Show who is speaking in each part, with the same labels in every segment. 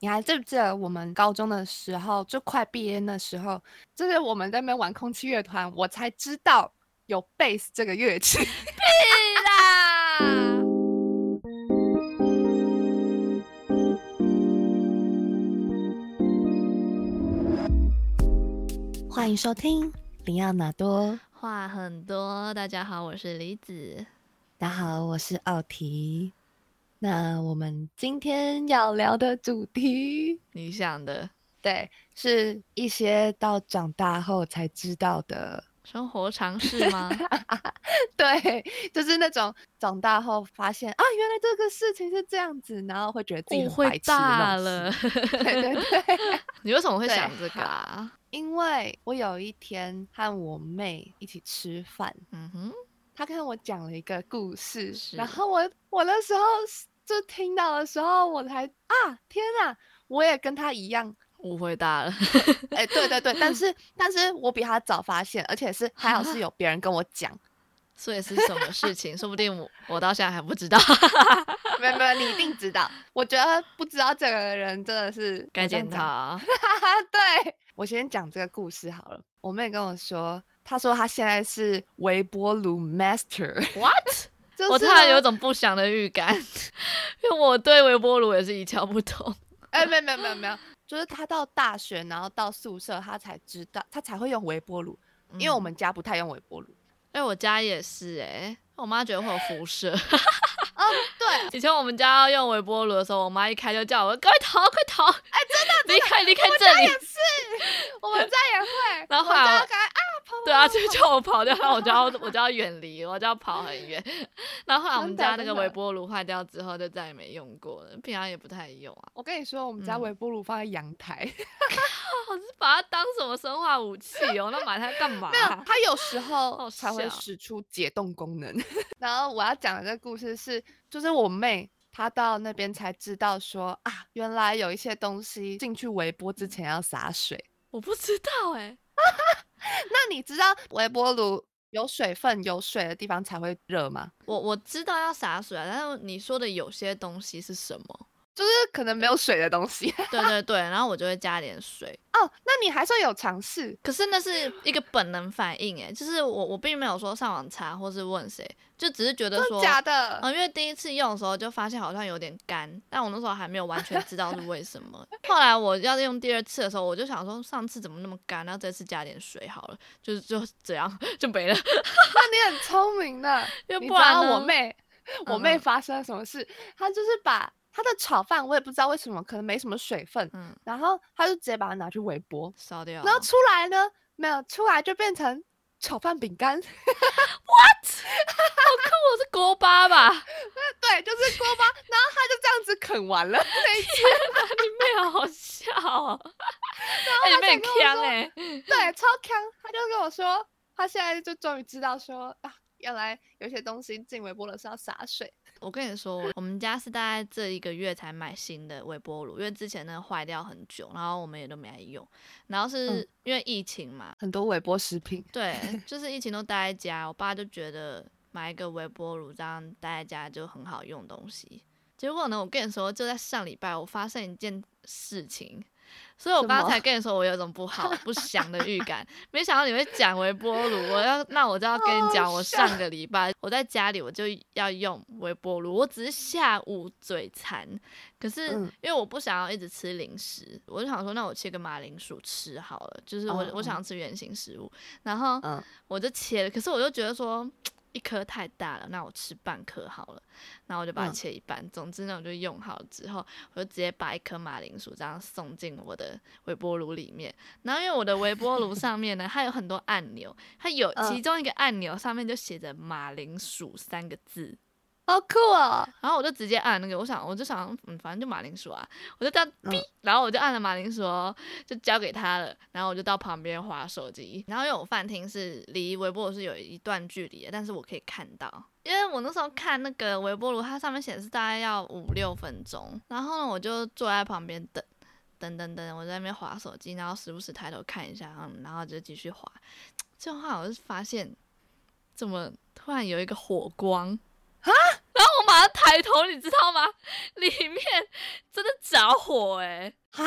Speaker 1: 你还记不记得我们高中的时候，就快毕业那时候，就是我们在那边玩空气乐团，我才知道有贝斯这个乐器。
Speaker 2: 屁啦！
Speaker 1: 欢迎收听里奥纳多，
Speaker 2: 话很多，大家好，我是李子。
Speaker 1: 大家好，我是奥提。那我们今天要聊的主题，
Speaker 2: 你想的
Speaker 1: 对，是一些到长大后才知道的
Speaker 2: 生活常识吗？
Speaker 1: 啊对，就是那种长大后发现啊，原来这个事情是这样子，然后会觉得自己
Speaker 2: 误
Speaker 1: 很
Speaker 2: 会
Speaker 1: 白痴的
Speaker 2: 大
Speaker 1: 那种
Speaker 2: 了
Speaker 1: 事。， 对对对，
Speaker 2: 你为什么会
Speaker 1: 对
Speaker 2: 想这个啊？
Speaker 1: 因为我有一天和我妹一起吃饭，
Speaker 2: 嗯哼，
Speaker 1: 她跟我讲了一个故事，然
Speaker 2: 是
Speaker 1: 后我我那时候就听到的时候，我才啊，天啊！我也跟她一样，
Speaker 2: 误会大了。
Speaker 1: 哎、对对对，但是但是我比她早发现，而且是还好是有别人跟我讲，
Speaker 2: 所以是什么事情？说不定我我到现在还 不知道。
Speaker 1: 没有没有，你一定知道。我觉得不知道这个人真的是
Speaker 2: 该
Speaker 1: 我这样
Speaker 2: 检
Speaker 1: 讲
Speaker 2: 讨。
Speaker 1: 对我先讲这个故事好了。我妹跟我说，她说她现在是微波炉 master，
Speaker 2: What？
Speaker 1: 就是
Speaker 2: 我突然有
Speaker 1: 呢
Speaker 2: 一种不祥的预感， 因为我对微波炉也是一窍不通。
Speaker 1: 哎、没有没有没有没有，就是她到大学，然后到宿舍，她才知道，她才会用微波炉，因为我
Speaker 2: 嗯
Speaker 1: 们家不太用微波炉。
Speaker 2: 哎、我家也是哎、我妈觉得会有辐射。
Speaker 1: 哦，对，
Speaker 2: 以前我们家要用微波炉的时候，我妈一开就叫我快逃，快逃！哎、真的，离开，离开这里！
Speaker 1: 是我们家也会，
Speaker 2: 然后
Speaker 1: 我
Speaker 2: 后
Speaker 1: 们
Speaker 2: 来
Speaker 1: 家赶
Speaker 2: 我
Speaker 1: 快啊跑跑
Speaker 2: 对啊，
Speaker 1: 跑
Speaker 2: 就叫我跑掉，然后我就要，我就要远离，我就要跑很远。然后后来我们
Speaker 1: 真的
Speaker 2: 家那个
Speaker 1: 真的
Speaker 2: 微波炉坏掉之后，就再也没用过了，平常也不太用啊。
Speaker 1: 我跟你说，我们家
Speaker 2: 嗯
Speaker 1: 微波炉放在阳台，
Speaker 2: 我是把它当什么生化武器哦？那买它干嘛、
Speaker 1: 没有，它有时候
Speaker 2: 好
Speaker 1: 才会
Speaker 2: 笑
Speaker 1: 使出解冻功能。 然后我要讲的这个故事是，就是我妹她到那边才知道说啊，原来有一些东西进去微波之前要洒水。
Speaker 2: 我不知道哎、
Speaker 1: 那你知道微波炉有水分、有水的地方才会热吗？
Speaker 2: 我我知道要洒水啊，但是你说的有些东西是什 么？
Speaker 1: 就是可能没有水的东西
Speaker 2: 对对对，然后我就会加点水。
Speaker 1: 哦，那你还算有尝试
Speaker 2: 可是那是一个本能反应，哎，就是我我并没有说上网查或是问谁，就只是觉得
Speaker 1: 真
Speaker 2: 说，
Speaker 1: 的假的？
Speaker 2: 嗯，因为第一次用的时候就发现好像有点干，但我那时候还没有完全知道是为什么。 后来我要用第二次的时候，我就想说上次怎么那么干，然后这次加点水好了，就是就这样就没了，
Speaker 1: 那你很聪明 的，
Speaker 2: 因为
Speaker 1: 你
Speaker 2: 不
Speaker 1: 知
Speaker 2: 然
Speaker 1: 道
Speaker 2: 呢
Speaker 1: 我妹，我妹
Speaker 2: 嗯
Speaker 1: 发生了什么事？她就是把她的炒饭，我也不知道为什么，可能没什么水分，
Speaker 2: 嗯
Speaker 1: 然后她就直接把它拿去微波，
Speaker 2: 烧掉了。
Speaker 1: 然后出来呢，没有出来就变成炒饭饼干，
Speaker 2: 看我是锅 巴吧，
Speaker 1: 对，就是锅巴，然后她就这样子啃完了。 那一次
Speaker 2: 你妹好好笑、哦， 哎、你妹
Speaker 1: 想
Speaker 2: 很
Speaker 1: 跟我
Speaker 2: 强
Speaker 1: 说
Speaker 2: 哎、
Speaker 1: 对，超强，她就跟我说，她现在就终于知道说啊，原来有些东西进微波炉是要洒水。
Speaker 2: 我跟你说，我们家是大概这一个月才买新的微波炉，因为之前那个坏掉很久，然后我们也都没来用。然后是、
Speaker 1: 嗯
Speaker 2: 因为疫情嘛，
Speaker 1: 很多微波食品，
Speaker 2: 对， 就是疫情都待在家，我爸就觉得买一个微波炉这样待在家就很好用的东西。结果呢，我跟你说，就在上礼拜，我发生一件事情，所以我
Speaker 1: 什
Speaker 2: 刚
Speaker 1: 么
Speaker 2: 才跟你说，我有一种不好不祥的预感，没想到你会讲微波炉，我要那我就要跟你讲，
Speaker 1: 好
Speaker 2: 我
Speaker 1: 笑
Speaker 2: 上个礼拜我在家里我就要用微波炉，我只是下午嘴馋，可是
Speaker 1: 嗯
Speaker 2: 因为我不想要一直吃零食，我就想说，那我切个马铃薯吃好了，就是我
Speaker 1: 嗯
Speaker 2: 我
Speaker 1: 嗯
Speaker 2: 想吃圆形食物，然后
Speaker 1: 嗯
Speaker 2: 我就切了，可是我就觉得说一颗太大了，那我吃半颗好了，然后我就把它
Speaker 1: 嗯
Speaker 2: 切一半。总之呢，我就用好之后，我就直接把一颗马铃薯这样送进我的微波炉里面。然后因为我的微波炉上面呢，它有很多按钮，它有
Speaker 1: 嗯
Speaker 2: 其中一个按钮上面就写着“马铃薯”三个字。
Speaker 1: 好酷哦！
Speaker 2: 然后我就直接按那个，我想我就想，嗯，反正就马铃薯啊，我就这样
Speaker 1: 嗯
Speaker 2: 哔，然后我就按了马铃薯哦，就交给他了，然后我就到旁边划手机，然后因为我饭厅是离微波炉是有一段距离的，但是我可以看到。因为我那时候看那个微波炉，它上面显示大概要五六分钟，然后呢，我就坐在旁边等，等等等，我在那边划手机，然后时不时抬头看一下，嗯，然后就继续划。这话我就发现，怎么突然有一个火光，然后我马上抬头，你知道吗？ 里面真的着火哎、
Speaker 1: 啊，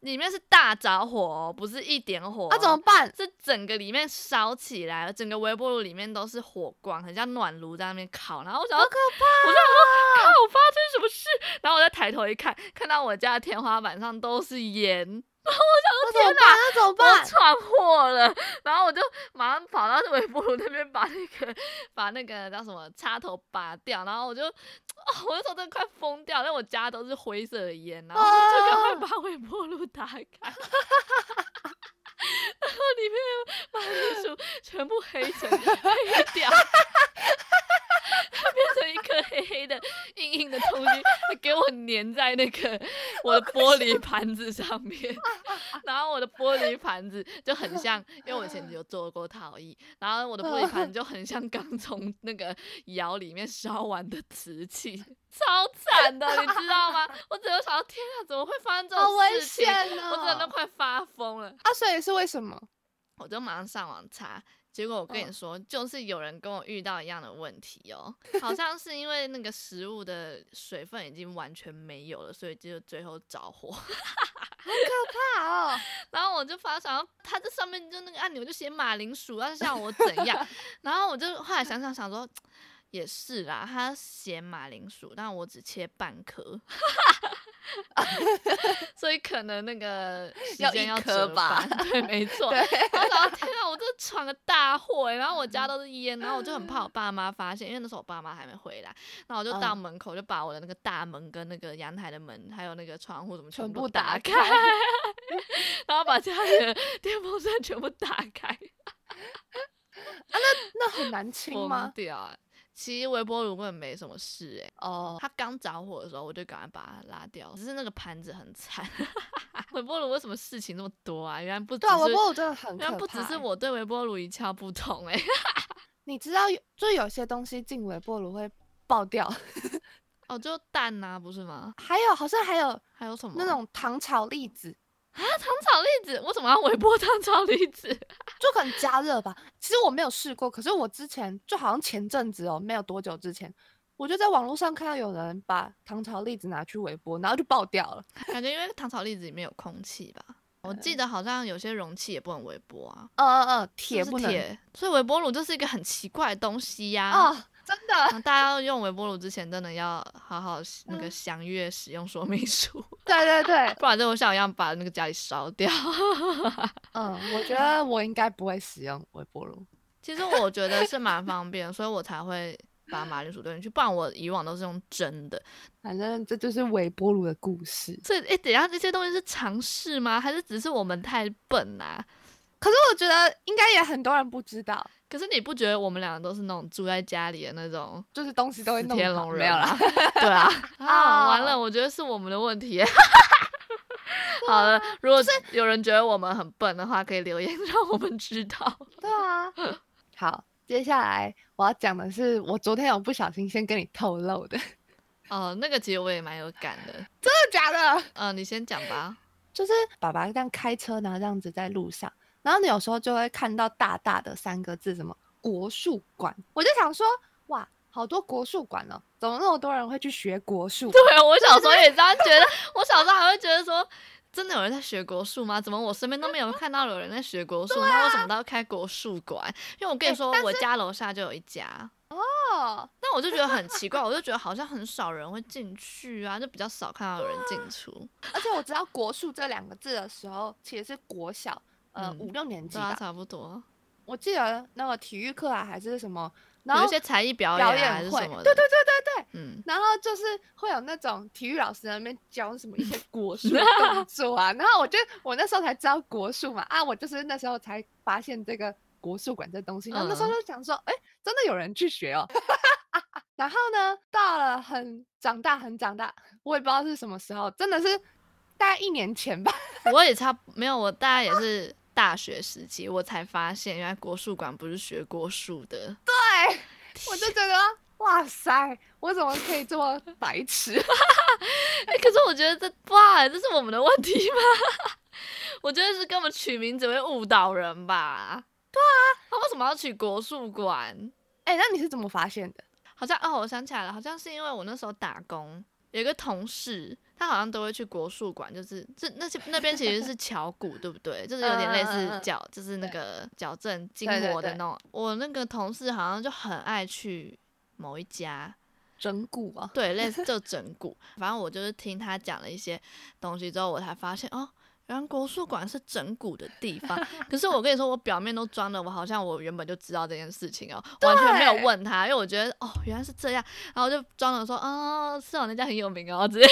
Speaker 2: 里面是大着火、哦，不是一点火、哦。
Speaker 1: 那、怎么办？
Speaker 2: 这整个里面烧起来，整个微波炉里面都是火光，很像暖炉在那边烤。然后我想
Speaker 1: 好
Speaker 2: 要，
Speaker 1: 可怕！
Speaker 2: 我就想说，靠，发生什么事？然后我再抬头一看，看到我家的天花板上都是烟，
Speaker 1: 那怎么办？那怎么
Speaker 2: 我
Speaker 1: 办？
Speaker 2: 闯祸了。然后我就马上跑到微波炉那边，把那个把那个叫什么插头拔掉。然后我就，哦，我就说真的快疯掉，因为我家都是灰色的烟，然后我就赶快把微波炉打开。 然后里面的马铃薯全部黑成 黑掉，它变 成一颗黑黑的、硬硬的东西，它给我粘在那 个我的玻璃盘子上面。 然后我的玻璃盘子就很像，因为我以前有做过陶艺，然后我的玻璃盘就很像刚从那个窑里面烧完的瓷器，超惨的，你知道吗？ 我只有想到，天啊，怎么会发生这
Speaker 1: 好
Speaker 2: 种
Speaker 1: 危
Speaker 2: 事情？
Speaker 1: 险哦！
Speaker 2: 我真的都快发疯了，
Speaker 1: 啊，所以是为什么？
Speaker 2: 我就马上上网查。结果我跟你
Speaker 1: 嗯
Speaker 2: 说，就是有人跟我遇到一样的问题哦，好像是因为那个食物的水分已经完全没有了，所以就最后着火。
Speaker 1: 怕哦！
Speaker 2: 然后我就发想要，它这上面就那个按钮就写马铃薯，要是像我怎 样？然后我就后来想想想说，也是啦，它写马铃薯，但我只切半颗， 所以可能 那个时
Speaker 1: 要
Speaker 2: 间
Speaker 1: 一
Speaker 2: 要
Speaker 1: 颗
Speaker 2: 折
Speaker 1: 吧
Speaker 2: 半 对，没错。
Speaker 1: 对，
Speaker 2: 我想到天啊，我这闯个大祸欸、然后我
Speaker 1: 嗯
Speaker 2: 家都是烟，然后我就很怕我爸妈发现，因为那时候我爸妈还没回来，然后我就到
Speaker 1: 嗯
Speaker 2: 门口就把我的那个大门跟那个阳台的门还有那个窗户什么
Speaker 1: 全部
Speaker 2: 部都打
Speaker 1: 打
Speaker 2: 开，
Speaker 1: 开
Speaker 2: 然后把家里的 电风扇全部打开，
Speaker 1: 那很难清
Speaker 2: 疯
Speaker 1: 吗？
Speaker 2: 掉啊！其实微波炉根本没什么事哎、
Speaker 1: 哦，
Speaker 2: 它刚着火的时候，我就赶快把它拉掉。只是那个盘子很惨， 微波炉为什么事情那么多啊？原来不只
Speaker 1: 对啊，
Speaker 2: 是
Speaker 1: 微波炉真的很
Speaker 2: 原
Speaker 1: 可
Speaker 2: 来
Speaker 1: 怕。欸
Speaker 2: 不只是，我对微波炉一窍不通哎、
Speaker 1: 你知道有，就有些东西进微波炉会爆掉，
Speaker 2: 哦，就蛋呐、不是吗？
Speaker 1: 还有好像还有
Speaker 2: 还有什么
Speaker 1: 那种糖炒栗子，
Speaker 2: 啊，糖炒栗子，我怎么要微波 糖炒栗子？
Speaker 1: 就可能加热吧。其实我没有试过，可是我之前就好像前阵子哦，没有多久之前，我就在网络上看到有人把糖炒栗子拿去微波，然后就爆掉了。
Speaker 2: 感觉因为糖炒栗子里面有空气吧。我记得好像有些容器也不能微波啊，
Speaker 1: 嗯嗯嗯，
Speaker 2: 是
Speaker 1: 铁
Speaker 2: 是
Speaker 1: 不能
Speaker 2: 铁，所以微波炉就是一个很奇怪的东西呀、
Speaker 1: 啊、哦，真的。
Speaker 2: 那大家要用微波炉之前，真的要好好那个
Speaker 1: 嗯
Speaker 2: 详阅使用说明书，
Speaker 1: 对对对，
Speaker 2: 不然就像我一样把那个家里烧掉。
Speaker 1: 嗯，我觉得我应该不会使用微波炉。
Speaker 2: 其实我觉得是蛮方便，所以我才会把马铃薯丢进去，不然我以往都是用蒸的。
Speaker 1: 反正这就是微波炉的故事。
Speaker 2: 所以，哎、等一下这些东西是尝试吗？还是只是我们太笨啊？
Speaker 1: 可是我觉得应该也很多人不知道，
Speaker 2: 可是你不觉得我们两个都是那种住在家里的那种
Speaker 1: 就是东西都会
Speaker 2: 死
Speaker 1: 弄
Speaker 2: 天
Speaker 1: 好
Speaker 2: 龙
Speaker 1: 没
Speaker 2: 人
Speaker 1: 有
Speaker 2: 吗
Speaker 1: 啦。？
Speaker 2: 对啊，啊，
Speaker 1: 哦
Speaker 2: 完了，我觉得是我们的问 题。好了，如果有人觉得我们很笨的话，可以留言让我们知道。
Speaker 1: 对啊。好，接下来我要讲的是我昨天有不小心先跟你透露的，真
Speaker 2: 哦，那个其实我也蛮有感的。
Speaker 1: 的假的？
Speaker 2: 呃，你先讲吧。
Speaker 1: 就是爸爸这样开车，然后这样子在路上，然后你有时候就会看到大大的三个字，什么国术馆，我就想说，哇，好多国术馆哦，怎么那么多人会去学国术？
Speaker 2: 对，啊我小时候也这样觉 得，我小时候还会觉得说。真的有人在学国术吗？怎么我身边都没有看到有人在学国术？那为什么都要开国术馆？因为我跟你
Speaker 1: 哎
Speaker 2: 说，
Speaker 1: 但
Speaker 2: 我家楼下就有一家，
Speaker 1: 哦，
Speaker 2: 但我就觉得很奇怪，我就觉得好像很少人会进去啊，就比较少看到有人进出。
Speaker 1: 而且我知道“国术”这两个字的时候，其实是国小，呃，
Speaker 2: 嗯
Speaker 1: 五六年级
Speaker 2: 对啊，
Speaker 1: 吧。
Speaker 2: 差不多。
Speaker 1: 我记得那个体育课啊，还是什么，然
Speaker 2: 有
Speaker 1: 后
Speaker 2: 一些才艺表
Speaker 1: 表
Speaker 2: 演啊还是
Speaker 1: 演会，
Speaker 2: 什么的。
Speaker 1: 对对对对对，
Speaker 2: 嗯，
Speaker 1: 然后就是会有那种体育老师在那边教什么一些国术的动作啊，然后我就我那时候才知道国术嘛，啊，我就是那时候才发现这个国术馆这东西，然后那时候
Speaker 2: 嗯
Speaker 1: 就想说，哎、真的有人去学哦。 然后呢，到了很长大很长大，我也不知道是什么时候，真的是大概一年前吧。
Speaker 2: 我也差不没有，我大概也是大学时期，我才发现原来国术馆不是学国术的。
Speaker 1: 对，我就觉得哇塞，我怎么可以这么白痴？
Speaker 2: 哎、 可是我觉得这哇，这是我们的问题吗？ 我觉得是根本取名只会误导人吧。对啊，他为什么要取国术馆？
Speaker 1: 哎、那你是怎么发现的？
Speaker 2: 好像哦，我想起来了，好像是因为我那时候打工，有一个同事，他好像都会去国术馆，就是这那些那边其实是桥谷，对不对？就是有点类
Speaker 1: 嗯嗯嗯
Speaker 2: 似
Speaker 1: 嗯
Speaker 2: 矫，就是那个矫正筋
Speaker 1: 对对
Speaker 2: 膜的
Speaker 1: 对
Speaker 2: 那种。我那个同事好像就很爱去某一家，
Speaker 1: 整蛊啊，
Speaker 2: 对，类似就整蛊。反正我就是听他讲了一些东西之后，我才发现哦，原来国术馆是整蛊的地 方。可是我跟你说，我表面都装的，我好像我原本就知道这件事情哦，完全没有
Speaker 1: 对
Speaker 2: 问他，因为我觉得哦原来是这样，然后就装的说哦，是哦，那家很有名哦，直接 我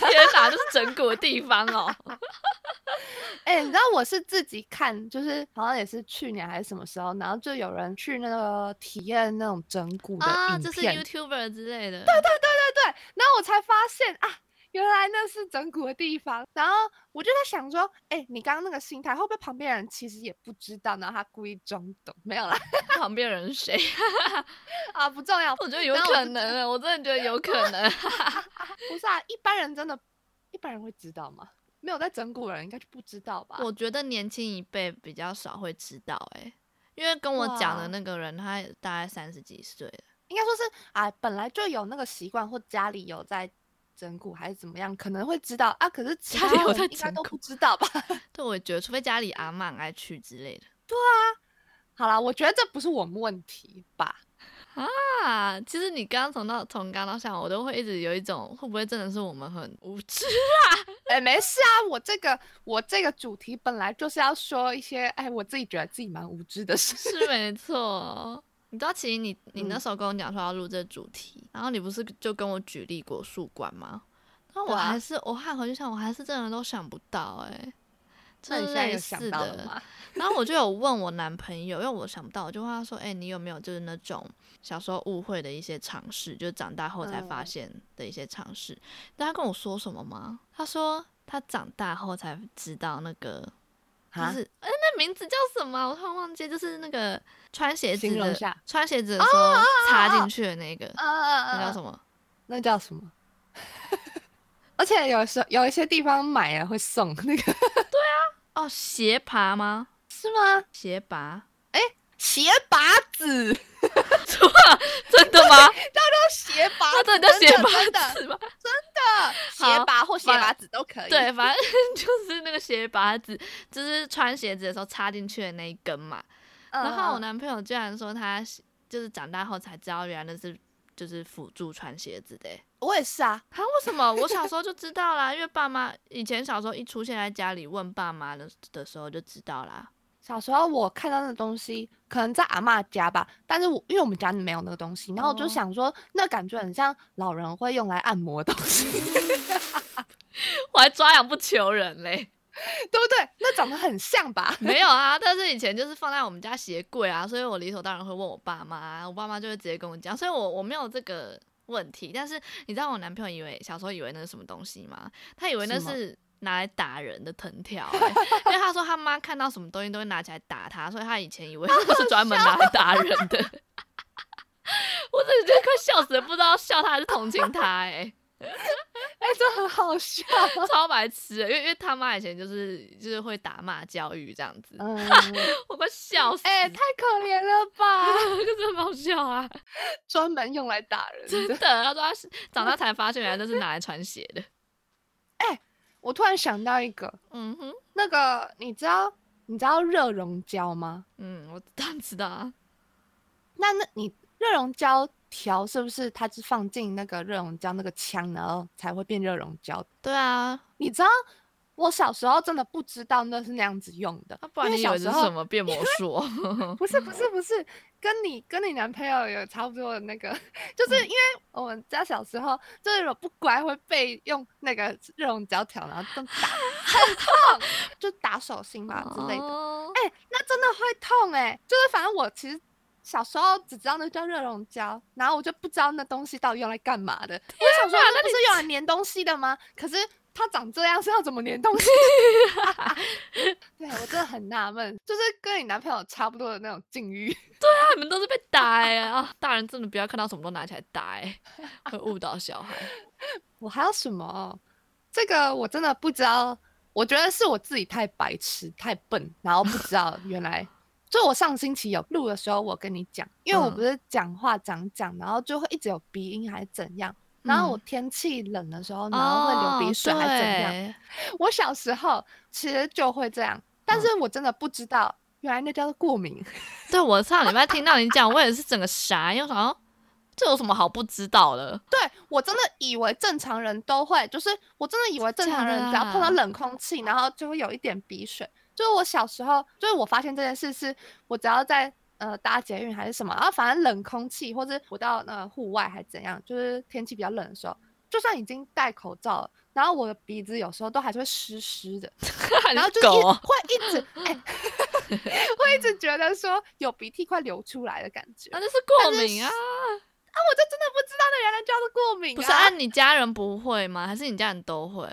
Speaker 2: 说天哪，就是整蛊的地方 哦。
Speaker 1: 哎、你知道我是自己看，就是好像也是去年还是什么时候，然后就有人去那个体验那种整蛊的
Speaker 2: 啊，
Speaker 1: 影
Speaker 2: 这是
Speaker 1: 片
Speaker 2: YouTuber 之类的，
Speaker 1: 对，然后我才发现啊，原来那是整蛊的地方。然后我就在想说，哎、你刚刚那个心态，会不会旁边人其实也不知道，然后他故意装懂？没有啦，
Speaker 2: 旁边人是谁？
Speaker 1: 啊，不重要，
Speaker 2: 我觉得有
Speaker 1: 然后我
Speaker 2: 可
Speaker 1: 就
Speaker 2: 能啊，我真的觉得有可能。
Speaker 1: 不是啊，一般人真的，一般人会知道吗？没有在整蛊的人应该就不知道吧？
Speaker 2: 我觉得年轻一辈比较少会知道、欸，因为跟我讲的
Speaker 1: 哇
Speaker 2: 那个人，他也大概三十几岁了。
Speaker 1: 应该说是啊，本来就有那个习惯，或家里有在整蛊还是怎么样，可能会知道啊。可是其
Speaker 2: 家
Speaker 1: 他
Speaker 2: 里有
Speaker 1: 人
Speaker 2: 在
Speaker 1: 应该
Speaker 2: 整
Speaker 1: 都
Speaker 2: 蛊
Speaker 1: 不知道吧？
Speaker 2: 对，我也觉得，除非家里阿嬷很爱去之类的
Speaker 1: 好啦，我觉得这不是我们问题吧？
Speaker 2: 啊。其实你刚刚从到从刚到现在，我都会一直有一种，会不会真的是我们很无知？
Speaker 1: 哎、没事啊，我这个我这个主题本来就是要说一些哎，我自己觉得自己蛮无知的 事。
Speaker 2: 是没错。哦你知道，其实你你那
Speaker 1: 嗯
Speaker 2: 时候跟我讲说要录这主题，然后你不是就跟我举例国术馆吗？那我
Speaker 1: 对啊
Speaker 2: 还是、我看回去想，我还是真的都想不到哎、欸。
Speaker 1: 那你
Speaker 2: 这
Speaker 1: 现在
Speaker 2: 类
Speaker 1: 有想
Speaker 2: 似
Speaker 1: 到
Speaker 2: 的
Speaker 1: 了吗？
Speaker 2: 然后我就有问我男朋友，因为我想不到，我就问他说：“哎、你有没有就是那种小时候误会的一些尝试，就是长大后才发
Speaker 1: 嗯
Speaker 2: 现的一些尝试？”但他跟我说什么吗？他说他长大后才知道那个，就
Speaker 1: 啊
Speaker 2: 是哎、那名字叫什么啊？我突然忘记，就是那个穿鞋子
Speaker 1: 形容一
Speaker 2: 的
Speaker 1: 下哦
Speaker 2: 穿鞋子的时候插进去的那个，
Speaker 1: 啊啊啊！
Speaker 2: 那
Speaker 1: 么？
Speaker 2: 叫什么？
Speaker 1: 那叫什么？ 而且有时候有一些地方买了会送那个，嗯
Speaker 2: 哦，鞋拔吗？
Speaker 1: 是吗？
Speaker 2: 鞋拔？
Speaker 1: 鞋拔子，
Speaker 2: 真的吗？
Speaker 1: 鞋拔
Speaker 2: 他
Speaker 1: 子，
Speaker 2: 真的叫鞋
Speaker 1: 真的真
Speaker 2: 拔
Speaker 1: 的
Speaker 2: 子吗？
Speaker 1: 的 鞋
Speaker 2: 好
Speaker 1: 拔或鞋
Speaker 2: 反
Speaker 1: 拔子都可以。
Speaker 2: 对，反正 就是那个鞋拔子，就是穿鞋子的时候插进去的那一根嘛。
Speaker 1: 嗯，
Speaker 2: 然后我
Speaker 1: 呢？
Speaker 2: 男朋友居然说他是就是长大后才知道，原来那是就是辅助穿鞋子的欸。
Speaker 1: 我也是啊，
Speaker 2: 他为什么？我小时候就知道啦，因为爸妈以前小时候一出现在家里问爸妈的的时候就知道啦。
Speaker 1: 小时候我看到那个东西，可能在阿嬷家吧，但是我因为我们家没有那个东西，然后我就
Speaker 2: 哦
Speaker 1: 想说，那感觉很像老人会用来按摩的东西，
Speaker 2: 我还抓痒不求人嘞，
Speaker 1: 对不对？那长得很像 吧？
Speaker 2: 没有啊，但是以前就是放在我们家鞋柜啊， 所以我理所当然会问我爸妈啊，我爸妈就会直接跟我讲，所以我我没有这个问题。但是你知道我男朋友以为小时候以为那是什么东西吗？他以为那
Speaker 1: 什么
Speaker 2: 是拿来打人的藤条、欸 因为他说他妈看到什么东西都会拿起来打他，所以他以前以为那是专门拿来打人的。 我真的觉得快笑死了，不知道笑他还是同情他哎、
Speaker 1: 哎、这很好笑。
Speaker 2: 超白痴欸的、因为因为他妈以前就是就是会打骂教育这样子，
Speaker 1: 嗯，
Speaker 2: 我快笑死了。，
Speaker 1: 哎、太可怜了吧
Speaker 2: 这 个真的很好笑啊！
Speaker 1: 专门用来打人
Speaker 2: 真
Speaker 1: 的。
Speaker 2: 的，他说他是长大才发现，原来这是拿来穿鞋的。
Speaker 1: 我突然想到一个，
Speaker 2: 嗯哼，
Speaker 1: 那个你知道你知道热熔胶吗？
Speaker 2: 嗯，我当然知道啊。
Speaker 1: 那那你热熔胶条是不是它是放进那个热熔胶那个枪，然后才会变热熔胶
Speaker 2: 对啊，
Speaker 1: 你知道我小时候真的不知道那是那样子用的，
Speaker 2: 啊那不然
Speaker 1: 因
Speaker 2: 你
Speaker 1: 为
Speaker 2: 以
Speaker 1: 小
Speaker 2: 为这
Speaker 1: 时
Speaker 2: 是什
Speaker 1: 候
Speaker 2: 么变魔 术哦？
Speaker 1: 不是不是不是，跟你跟你男朋友有差不多的那个，就是
Speaker 2: 嗯
Speaker 1: 因为我们家小时候就是如果不乖会被用那个热熔胶条然后这样打，很痛，就打手心嘛之类的。
Speaker 2: 哦
Speaker 1: 哎、那真的会痛哎、就是反正我其实小时候只知道那叫热熔胶，然后我就不知道那东西到底用来干嘛的。我想说，那不是用来粘东西的吗？可是它长这样是要怎么粘东西？ 对我真的很纳闷，就是跟你男朋友差不多的那种境遇。
Speaker 2: 那你们都是被打哎、啊！大人真的不要看到什么都拿起来打 哎、会误导小孩。
Speaker 1: 我还有什么？哦这个我真的不知道，我觉得是我自己太白痴、太笨，然后不知道原来就我上星期有录的时候，我跟你讲，因为我
Speaker 2: 嗯
Speaker 1: 不是讲话讲讲，然后就会一直有鼻音还是怎样。然后我天气冷的时候，然后会
Speaker 2: 哦
Speaker 1: 流鼻水还是怎样？
Speaker 2: 样？
Speaker 1: 我小时候其实就会这样，但是我真的不知道，原来那叫做过敏。
Speaker 2: 对对，我上礼拜听到你讲，我也是整个傻，因为我想说这有什么好不知道 的？
Speaker 1: 对我真的以为正常人都会，就是我真的以为正常人
Speaker 2: 假的
Speaker 1: 只要碰到
Speaker 2: 啊
Speaker 1: 冷空气，然后就会有一点鼻水。就是我小时候，就是我发现这件事是，我只要在呃搭捷运还是什么，然后反正冷空气或者我到呃户外还怎样，就是天气比较冷的时候，就算已经戴口罩了，然后我的鼻子有时候都还是会湿湿的，然后就
Speaker 2: 你
Speaker 1: 是一
Speaker 2: 狗哦
Speaker 1: 会一 直哎，会一直觉得说有鼻涕快流出来的感觉。
Speaker 2: 那就是过敏啊！
Speaker 1: 啊，我就真的不知道那原来叫做过敏、啊。
Speaker 2: 不是啊，你家人不会吗？还是你家人都会？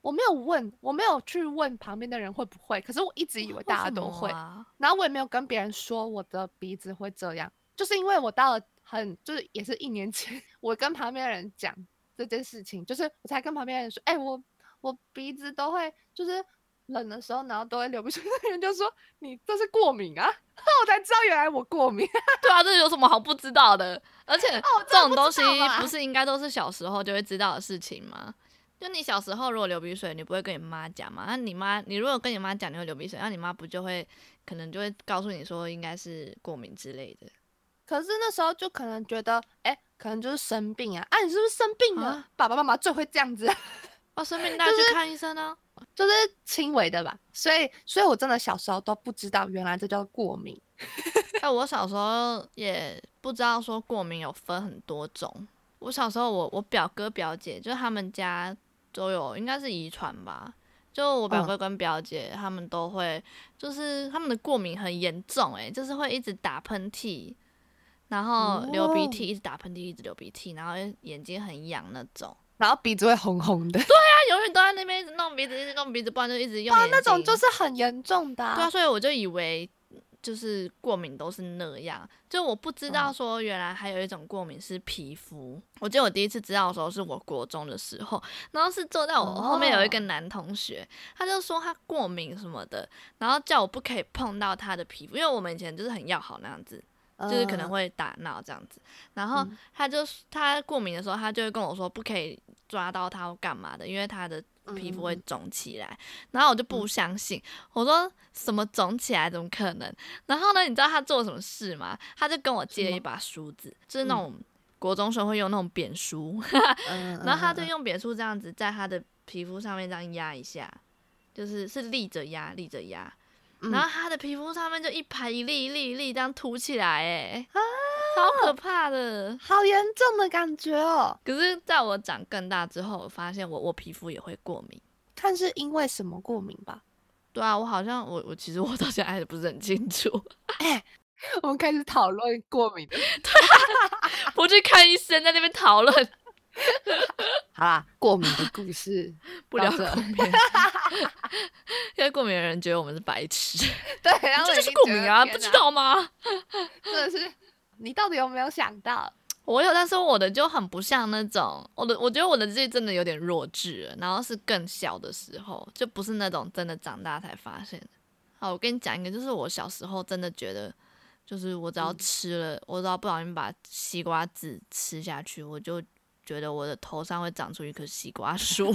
Speaker 1: 我没有问，我没有去问旁边的人会不会，可是我一直以为大家都会，
Speaker 2: 为什么啊
Speaker 1: 然后我也没有跟别人说我的鼻子会这样，就是因为我到了很就是也是一年前，我跟旁边的人讲这件事情，就是我才跟旁边的人说，哎、我我鼻子都会就是冷的时候，然后都会流鼻水，那个人就说你这是过敏啊， 我才知道原来我过敏，
Speaker 2: 对啊，这有什么好不知道哦的？而且
Speaker 1: 我真
Speaker 2: 这
Speaker 1: 的
Speaker 2: 种东西
Speaker 1: 不知道啦
Speaker 2: 不欸是应该都是小时候就会知道的事情吗？就你小时候如果流鼻水，你不会跟你妈讲嘛？那你妈，你如果跟你妈讲你会流鼻水，那你妈不就会可能就会告诉你说应该是过敏之类的
Speaker 1: 可是那时候就可能觉得，哎、可能就是生病啊，啊你是不是生病了？
Speaker 2: 啊
Speaker 1: 爸爸妈妈最会这样子。
Speaker 2: 哦，生病带去看医生啊呢、
Speaker 1: 就是轻微的吧，所以，所以我真的小时候都不知道，原来这叫过敏。
Speaker 2: 哎、我小时候也不知道说过敏有分很多种。我小时候我，我表哥表姐就是他们家都有，应该是遗传吧。就我表
Speaker 1: 嗯
Speaker 2: 哥跟表姐、他们都会，就是他们的过敏很严重、欸，就是会一直打喷嚏，然后流
Speaker 1: 哦
Speaker 2: 鼻涕，一直打喷嚏，一直流鼻涕，然后眼睛很痒那种。
Speaker 1: 然后鼻子会红红的，
Speaker 2: 他永远都在那边一直弄鼻子，一直弄鼻子，不然就一直用眼睛。
Speaker 1: 啊那种就是很严重的、
Speaker 2: 对啊，所以我就以为就是过敏都是那样，就我不知道说原来还有一种过敏是皮肤。我记得我第一次知道的时候是我国中的时候，然后是坐在我后面有一个男同学，他就说他过敏什么的，然后叫我不可以碰到他的皮肤，因为我们以前就是很要好那样子，就是可能
Speaker 1: 嗯
Speaker 2: 会打闹这样子。然后
Speaker 1: 嗯
Speaker 2: 他就他过敏的时候，他就会跟我说不可以抓到他或干嘛的，因为他的皮肤会
Speaker 1: 嗯
Speaker 2: 肿起来。然后我就不相信，我说什么肿起来怎么可能？然后呢，你知道他做什么事吗？他就跟我借了
Speaker 1: 什么
Speaker 2: 一把梳子，就是那种国中生会用那种扁梳，
Speaker 1: 嗯嗯
Speaker 2: 然后他
Speaker 1: 嗯
Speaker 2: 就
Speaker 1: 嗯
Speaker 2: 用扁梳这样子在他的皮肤上面这样压一下，就是是立着压，立着压。
Speaker 1: 嗯
Speaker 2: 然后他的皮肤上面就一排一粒一粒一粒这样凸起来，哎，
Speaker 1: 啊
Speaker 2: 超可怕的。
Speaker 1: 好严重的感觉哦。
Speaker 2: 可是在我长更大之后，我发现我我皮肤也会过敏。
Speaker 1: 看是因为什么过敏吧。
Speaker 2: 对啊，我好像我我其实我到现在还不是很清楚，
Speaker 1: 我们开始讨论过敏的。
Speaker 2: 不去看医生，在那边讨论
Speaker 1: 好啦，过敏的故 事，
Speaker 2: 不聊
Speaker 1: 到这
Speaker 2: 过敏，因为过敏的人觉得我们是白痴，
Speaker 1: 对，然后
Speaker 2: 这
Speaker 1: 我
Speaker 2: 就
Speaker 1: 已
Speaker 2: 是
Speaker 1: 经
Speaker 2: 过
Speaker 1: 觉
Speaker 2: 敏
Speaker 1: 得
Speaker 2: 啊，
Speaker 1: 天
Speaker 2: 不知
Speaker 1: 哪，
Speaker 2: 道吗？
Speaker 1: 真的是你到底有没有想到？
Speaker 2: 我有，但是我的就很不像那种，我的我觉得我的自己真的有点弱智了，然后是更小的时候，就不是那种真的长大才发现的。好，我跟你讲一个，就是我小时候真的觉得，就是我只要
Speaker 1: 嗯
Speaker 2: 吃了，我只要不小心把西瓜籽吃下去，我就觉得我的头上会长出一棵西 瓜树，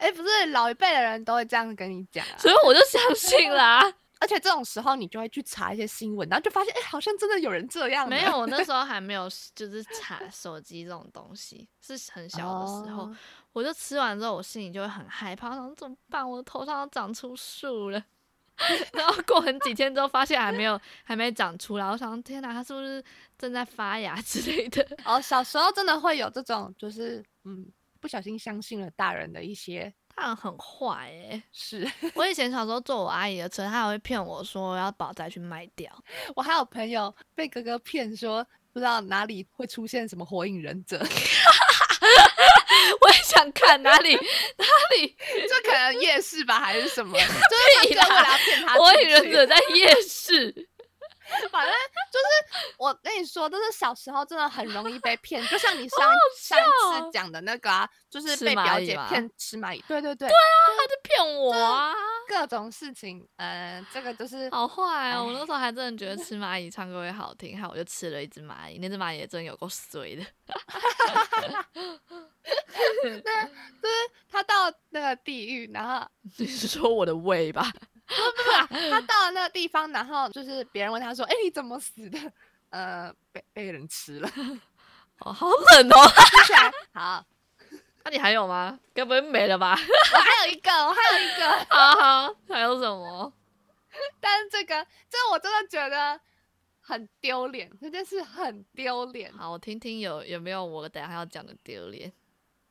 Speaker 1: 哎、不是老一辈的人都会这样跟你讲、啊，
Speaker 2: 所以我就相信啦、
Speaker 1: 而且这种时候你就会去查一些新闻，然后就发现，哎、好像真的有人这样。啊
Speaker 2: 没有，我那时候还没有就是查手机这种东西，是很小的时候。
Speaker 1: 哦
Speaker 2: 我就吃完之后，我心里就会很害怕，我想怎么办？我的头上要长出树了。 然后过很几天之后，发现还没有，还没长出来。我想，天哪，它是不是正在发芽之类的？
Speaker 1: 哦，小时候真的会有这种，就是嗯，不小心相信了大人的一些
Speaker 2: 它很坏诶、
Speaker 1: 事。
Speaker 2: 我以前小时候坐我阿姨的车，她还会骗我说要把我再去卖掉。
Speaker 1: 我还有朋友被哥哥骗说，不知道哪里会出现什么火影忍者，
Speaker 2: 我也想看哪 里哪里
Speaker 1: 就可能夜市吧，还是什么，就是
Speaker 2: 屁
Speaker 1: 他哥为
Speaker 2: 啦
Speaker 1: 了要骗他，
Speaker 2: 火影忍，者在夜市。
Speaker 1: 反正就是我跟你说，就是小时候真的很容易被骗，就像你上一上一
Speaker 2: 笑
Speaker 1: 次讲的那个啊，就是
Speaker 2: 吃
Speaker 1: 被
Speaker 2: 蚂
Speaker 1: 表
Speaker 2: 蚁
Speaker 1: 姐
Speaker 2: 吗啊
Speaker 1: 骗吃蚂蚁，对对对，
Speaker 2: 骗我啊！
Speaker 1: 各各种事情，呃，这个就是
Speaker 2: 好坏哦！我
Speaker 1: 哎
Speaker 2: 那时候还真的觉得吃蚂蚁唱歌会好听，害我就吃了一只蚂蚁，那只蚂蚁也真有够衰的。
Speaker 1: 他到那个地狱，然后
Speaker 2: 你是说我的胃吧？
Speaker 1: 他到了那个地方，然后就是别人问他说：“哎、你怎么死的？”呃，被被人吃了， 听
Speaker 2: 哦，好冷 哦！
Speaker 1: 起来好。
Speaker 2: 那、啊你还有吗？该不会没了 吧？
Speaker 1: 我还有一个，我还有一个，
Speaker 2: 好好，啊还有什么？
Speaker 1: 但是这个这个我真的觉得很丢脸，这件事很丢脸。
Speaker 2: 好，我听听有有没有我等一下要讲的丢脸。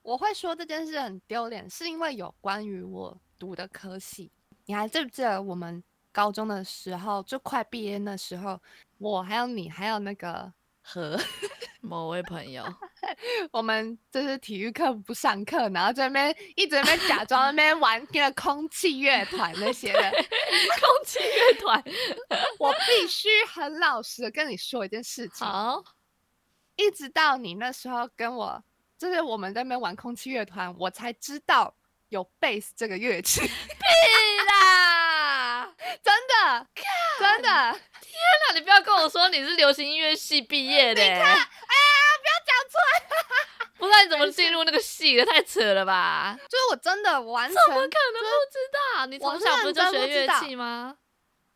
Speaker 1: 我会说这件事很丢脸，是因为有关于我读的科系。你还记不记得我们高中的时候，就快毕业那时候，我还有你，还有那个何，
Speaker 2: 某位朋友，
Speaker 1: 我们就是体育课不上课，然后在那边一直在那边假装在那边玩那个空气乐团那些的。
Speaker 2: 空气乐团，
Speaker 1: 我必须很老实的跟你说一件事情，
Speaker 2: 好，
Speaker 1: 一直到你那时候跟我，就是我们在那边玩空气乐团，我才知道有贝斯这个乐器。
Speaker 2: 对啦。
Speaker 1: 真的，真的，不
Speaker 2: 那你不要跟我说你是流行音乐系毕业的、欸，你看，哎呀， 不要讲出来，不知道你怎么进入那个系的，太扯了吧？
Speaker 1: 就是我真的完全，
Speaker 2: 怎么可能不知道？你从小不是就学乐器吗？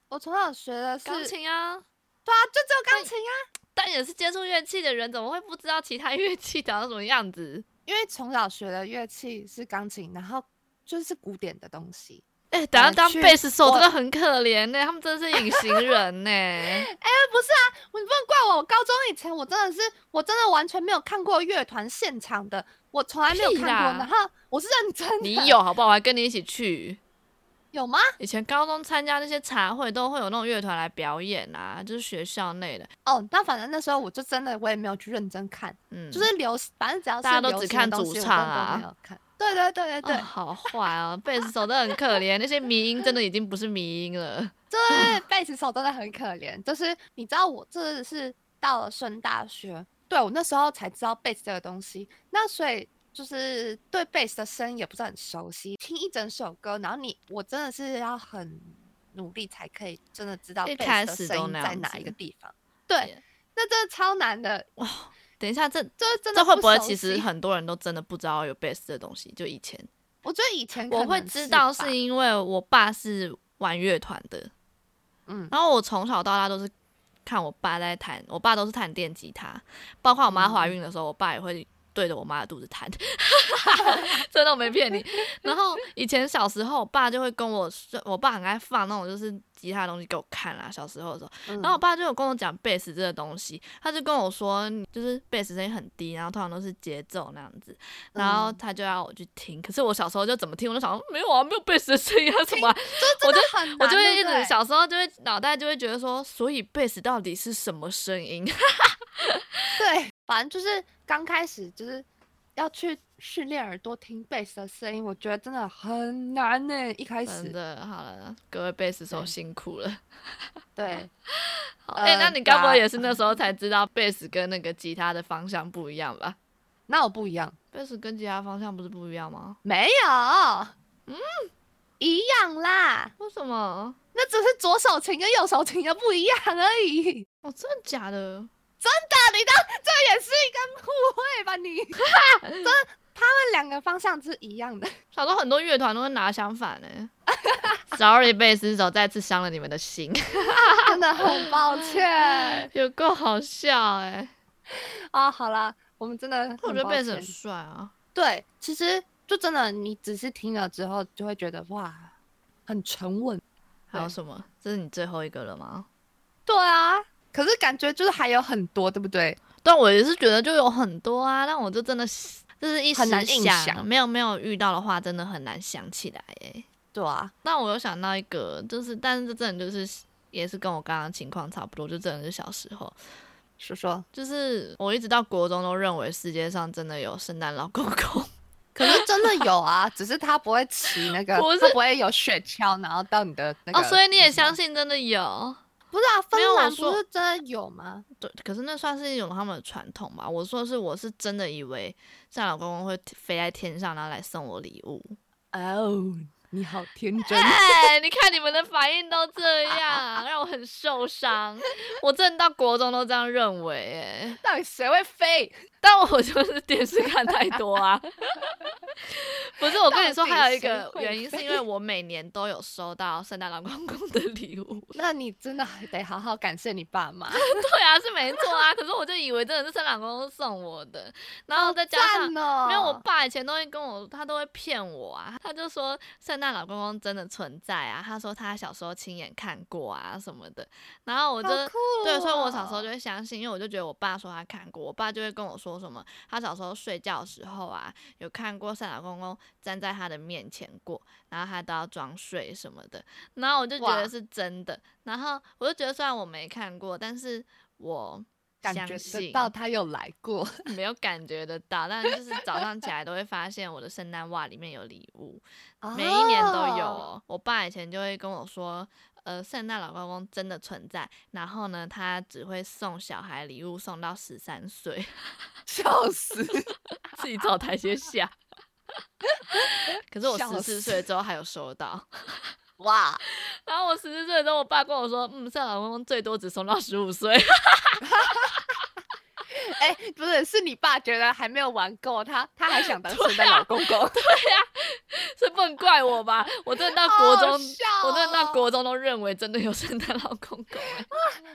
Speaker 1: 我从小学的是
Speaker 2: 钢，琴啊，
Speaker 1: 对啊，就只有钢琴啊，
Speaker 2: 但也是接触乐器的人，怎么会不知道其他乐器长什么样子？
Speaker 1: 因为从小学的乐器是钢琴，然后就是古典的东西。
Speaker 2: 哎、等下
Speaker 1: 我
Speaker 2: 当
Speaker 1: 去
Speaker 2: 贝斯手
Speaker 1: 我
Speaker 2: 真的很可怜呢、他们真的是隐形 人呢、
Speaker 1: 但不是啊，我你不能怪我，我高中以前我真的是，我真的完全没有看过乐团现场的，我从来没有
Speaker 2: 屁
Speaker 1: 看过。然
Speaker 2: 啦
Speaker 1: 后我是认真的，
Speaker 2: 你有好不好？我还跟你一起去。
Speaker 1: 有吗？
Speaker 2: 以前高中参加那些茶会，都会有那种乐团来表演啊，就是学校内的。
Speaker 1: 哦，那反正那时候我就真的我也没有去认真看，
Speaker 2: 嗯，
Speaker 1: 就是流，反正只要是
Speaker 2: 大家都
Speaker 1: 流
Speaker 2: 只
Speaker 1: 行的
Speaker 2: 看
Speaker 1: 东
Speaker 2: 主
Speaker 1: 西我
Speaker 2: 唱
Speaker 1: 真的
Speaker 2: 啊
Speaker 1: 都没有看。对对对对对
Speaker 2: 啊，好坏哦，贝斯手真的很可怜，那些迷音真的已经不是迷音了。
Speaker 1: 就是贝斯手真的很可怜，就是你知道我这是到了升大学，对我那时候才知道贝斯这个东西，那所以就是对贝斯的声音也不是很熟悉，听一整首歌，然后你我真的是要很努力才可以真的知道
Speaker 2: 一
Speaker 1: 贝
Speaker 2: 开
Speaker 1: 斯的
Speaker 2: 始
Speaker 1: 声
Speaker 2: 都
Speaker 1: 音
Speaker 2: 那
Speaker 1: 在
Speaker 2: 样
Speaker 1: 哪
Speaker 2: 子
Speaker 1: 一个地方。对
Speaker 2: Yeah，
Speaker 1: 那真的超难的，
Speaker 2: 等一下，这
Speaker 1: 就是真的
Speaker 2: 这会
Speaker 1: 不
Speaker 2: 会
Speaker 1: 熟
Speaker 2: 其实
Speaker 1: 悉
Speaker 2: 很多人都真的不知道有贝斯这东西？就以前
Speaker 1: 我觉得以前
Speaker 2: 我
Speaker 1: 可
Speaker 2: 会
Speaker 1: 能
Speaker 2: 知
Speaker 1: 吧
Speaker 2: 道是因为我爸是玩乐团的，
Speaker 1: 嗯
Speaker 2: 然后我从小到大都是看我爸在弹，我爸都是弹电吉他，包括我妈怀
Speaker 1: 嗯
Speaker 2: 孕的时候，我爸也会对着我妈的肚子弹， 真的我没骗你。然后以前小时候，我爸就会跟我说，我爸很爱放那种就是吉他的东西给我看啦，小时候的时候。
Speaker 1: 嗯，
Speaker 2: 然后我爸就有跟我讲贝斯这个东西，他就跟我说，嗯就是贝斯声音很低，然后通常都是节奏那样子，然后
Speaker 1: 嗯
Speaker 2: 他就要我去听。可是我小时候就怎么听，我就想说没有啊，没有贝斯的声音啊什么啊、
Speaker 1: 就真的很难，
Speaker 2: 我就会
Speaker 1: 对
Speaker 2: 一
Speaker 1: 不
Speaker 2: 直
Speaker 1: 对
Speaker 2: 小时候就会脑袋就会觉得说，所以贝斯到底是什么声音？
Speaker 1: 对，反正就是刚开始就是要去训练耳朵听贝斯的声音，我觉得真的很难呢、一开
Speaker 2: 真
Speaker 1: 始，
Speaker 2: 的，好了，各位贝斯手
Speaker 1: 对
Speaker 2: 辛苦了。
Speaker 1: 对，
Speaker 2: 好哎、
Speaker 1: 呃
Speaker 2: 那你该不会
Speaker 1: 对啊
Speaker 2: 也是那时候才知道贝斯跟那个吉他的方向不一样吧？
Speaker 1: 那我不一样，
Speaker 2: 贝斯跟吉他方向不是不一样吗？
Speaker 1: 没有，嗯，一样啦，
Speaker 2: 为什么？
Speaker 1: 那只是左手琴跟右手琴的不一样而已。
Speaker 2: 哦，真的假的？
Speaker 1: 那你当这也是一个误会吧你？真的，他们两个方向是一样的。
Speaker 2: 小时候很多乐团都会拿相反欸呢、Sorry，贝斯手再次伤了你们的心，
Speaker 1: 真的很抱歉
Speaker 2: 有够好笑哎、
Speaker 1: 啊、好啦，我们真的很抱
Speaker 2: 我
Speaker 1: 歉，
Speaker 2: 觉得贝斯很帅啊，
Speaker 1: 对，其实就真的，你只是听了之后就会觉得哇，很沉稳。
Speaker 2: 还有什么？这是你最后一个了吗？
Speaker 1: 对啊，可是感觉就是还有很多，对不对？
Speaker 2: 但我也是觉得就有很多啊，但我就真的是就是一时
Speaker 1: 很难硬想
Speaker 2: 没有没有遇到的话，真的很难想起来哎、
Speaker 1: 对啊，
Speaker 2: 那我有想到一个，就是但是这真的就是也是跟我刚刚情况差不多，就真的是小时候，
Speaker 1: 说说。
Speaker 2: 就是我一直到国中都认为世界上真的有圣诞老公公。
Speaker 1: 可是真的有啊，只是他不会骑那个，
Speaker 2: 不是
Speaker 1: 他不会有雪橇，然后到你的那个。
Speaker 2: 哦，所以你也相
Speaker 1: 信？
Speaker 2: 信真的有？
Speaker 1: 不是啊，
Speaker 2: 没有
Speaker 1: 芬
Speaker 2: 我
Speaker 1: 兰不
Speaker 2: 说
Speaker 1: 是真的有吗？
Speaker 2: 对，可是那算是一种他们的传统吧。我说的是，我是真的以为圣诞老公公会飞在天上，然后来送我礼物。
Speaker 1: 哦、你好 天真。
Speaker 2: 哎，你看你们的反应都这样，让我很受伤。我真的到国中都这样认为，哎，
Speaker 1: 到底谁会飞？
Speaker 2: 但我就是电视看太多啊。 不是，我跟你说，
Speaker 1: 到底
Speaker 2: 还有一个
Speaker 1: 谁会
Speaker 2: 原因是因为我每年都有收到圣诞老公公的礼物。
Speaker 1: 那你真的还得好好感谢你爸妈，
Speaker 2: 对啊，是没错啊。可是我就以为真的是圣诞老公公送我的，然后 再加上
Speaker 1: 赞哦！
Speaker 2: 没有，我爸以前都会跟我，他都会骗我啊，他就说圣诞老公公真的存在啊，他说他小时候亲眼看过啊什么的，然后我就、
Speaker 1: 好酷哦
Speaker 2: 对，所以我小时候就会相信，因为我就觉得我爸说他看过，我爸就会跟我说什么，他小时候睡觉的时候啊，有看过圣诞老公公站在他的面前过，然后他都要装睡什么的，然后我就觉得
Speaker 1: 哇
Speaker 2: 是真的，然后我就觉得虽然我没看过，但是我。
Speaker 1: 哦感
Speaker 2: 相
Speaker 1: 觉得
Speaker 2: 信。
Speaker 1: 到他有来过，
Speaker 2: 没有感觉得到，但就是早上起来都会发现我的圣诞袜里面有礼物，每一年都
Speaker 1: 哦。
Speaker 2: 有哦。我爸以前就会跟我说，呃，圣诞老公公真的存在，然后呢，他只会送小孩礼物，送到十三岁，
Speaker 1: 笑死！
Speaker 2: 自己找台阶下。可是我
Speaker 1: 笑
Speaker 2: 十四
Speaker 1: 死
Speaker 2: 岁之后还有收到，
Speaker 1: 哇，
Speaker 2: 然后我十四岁之后，我爸跟我说，嗯，圣诞老公公最多只送到十五岁。
Speaker 1: 哎、不是，是你爸觉得还没有玩够，他他还想当
Speaker 2: 对啊
Speaker 1: 圣诞老公公，
Speaker 2: 这不能怪我吧？我真的到国
Speaker 1: 好
Speaker 2: 中，
Speaker 1: 好笑
Speaker 2: 我真的到
Speaker 1: 哦
Speaker 2: 国中都认为真的有圣诞老公公、欸。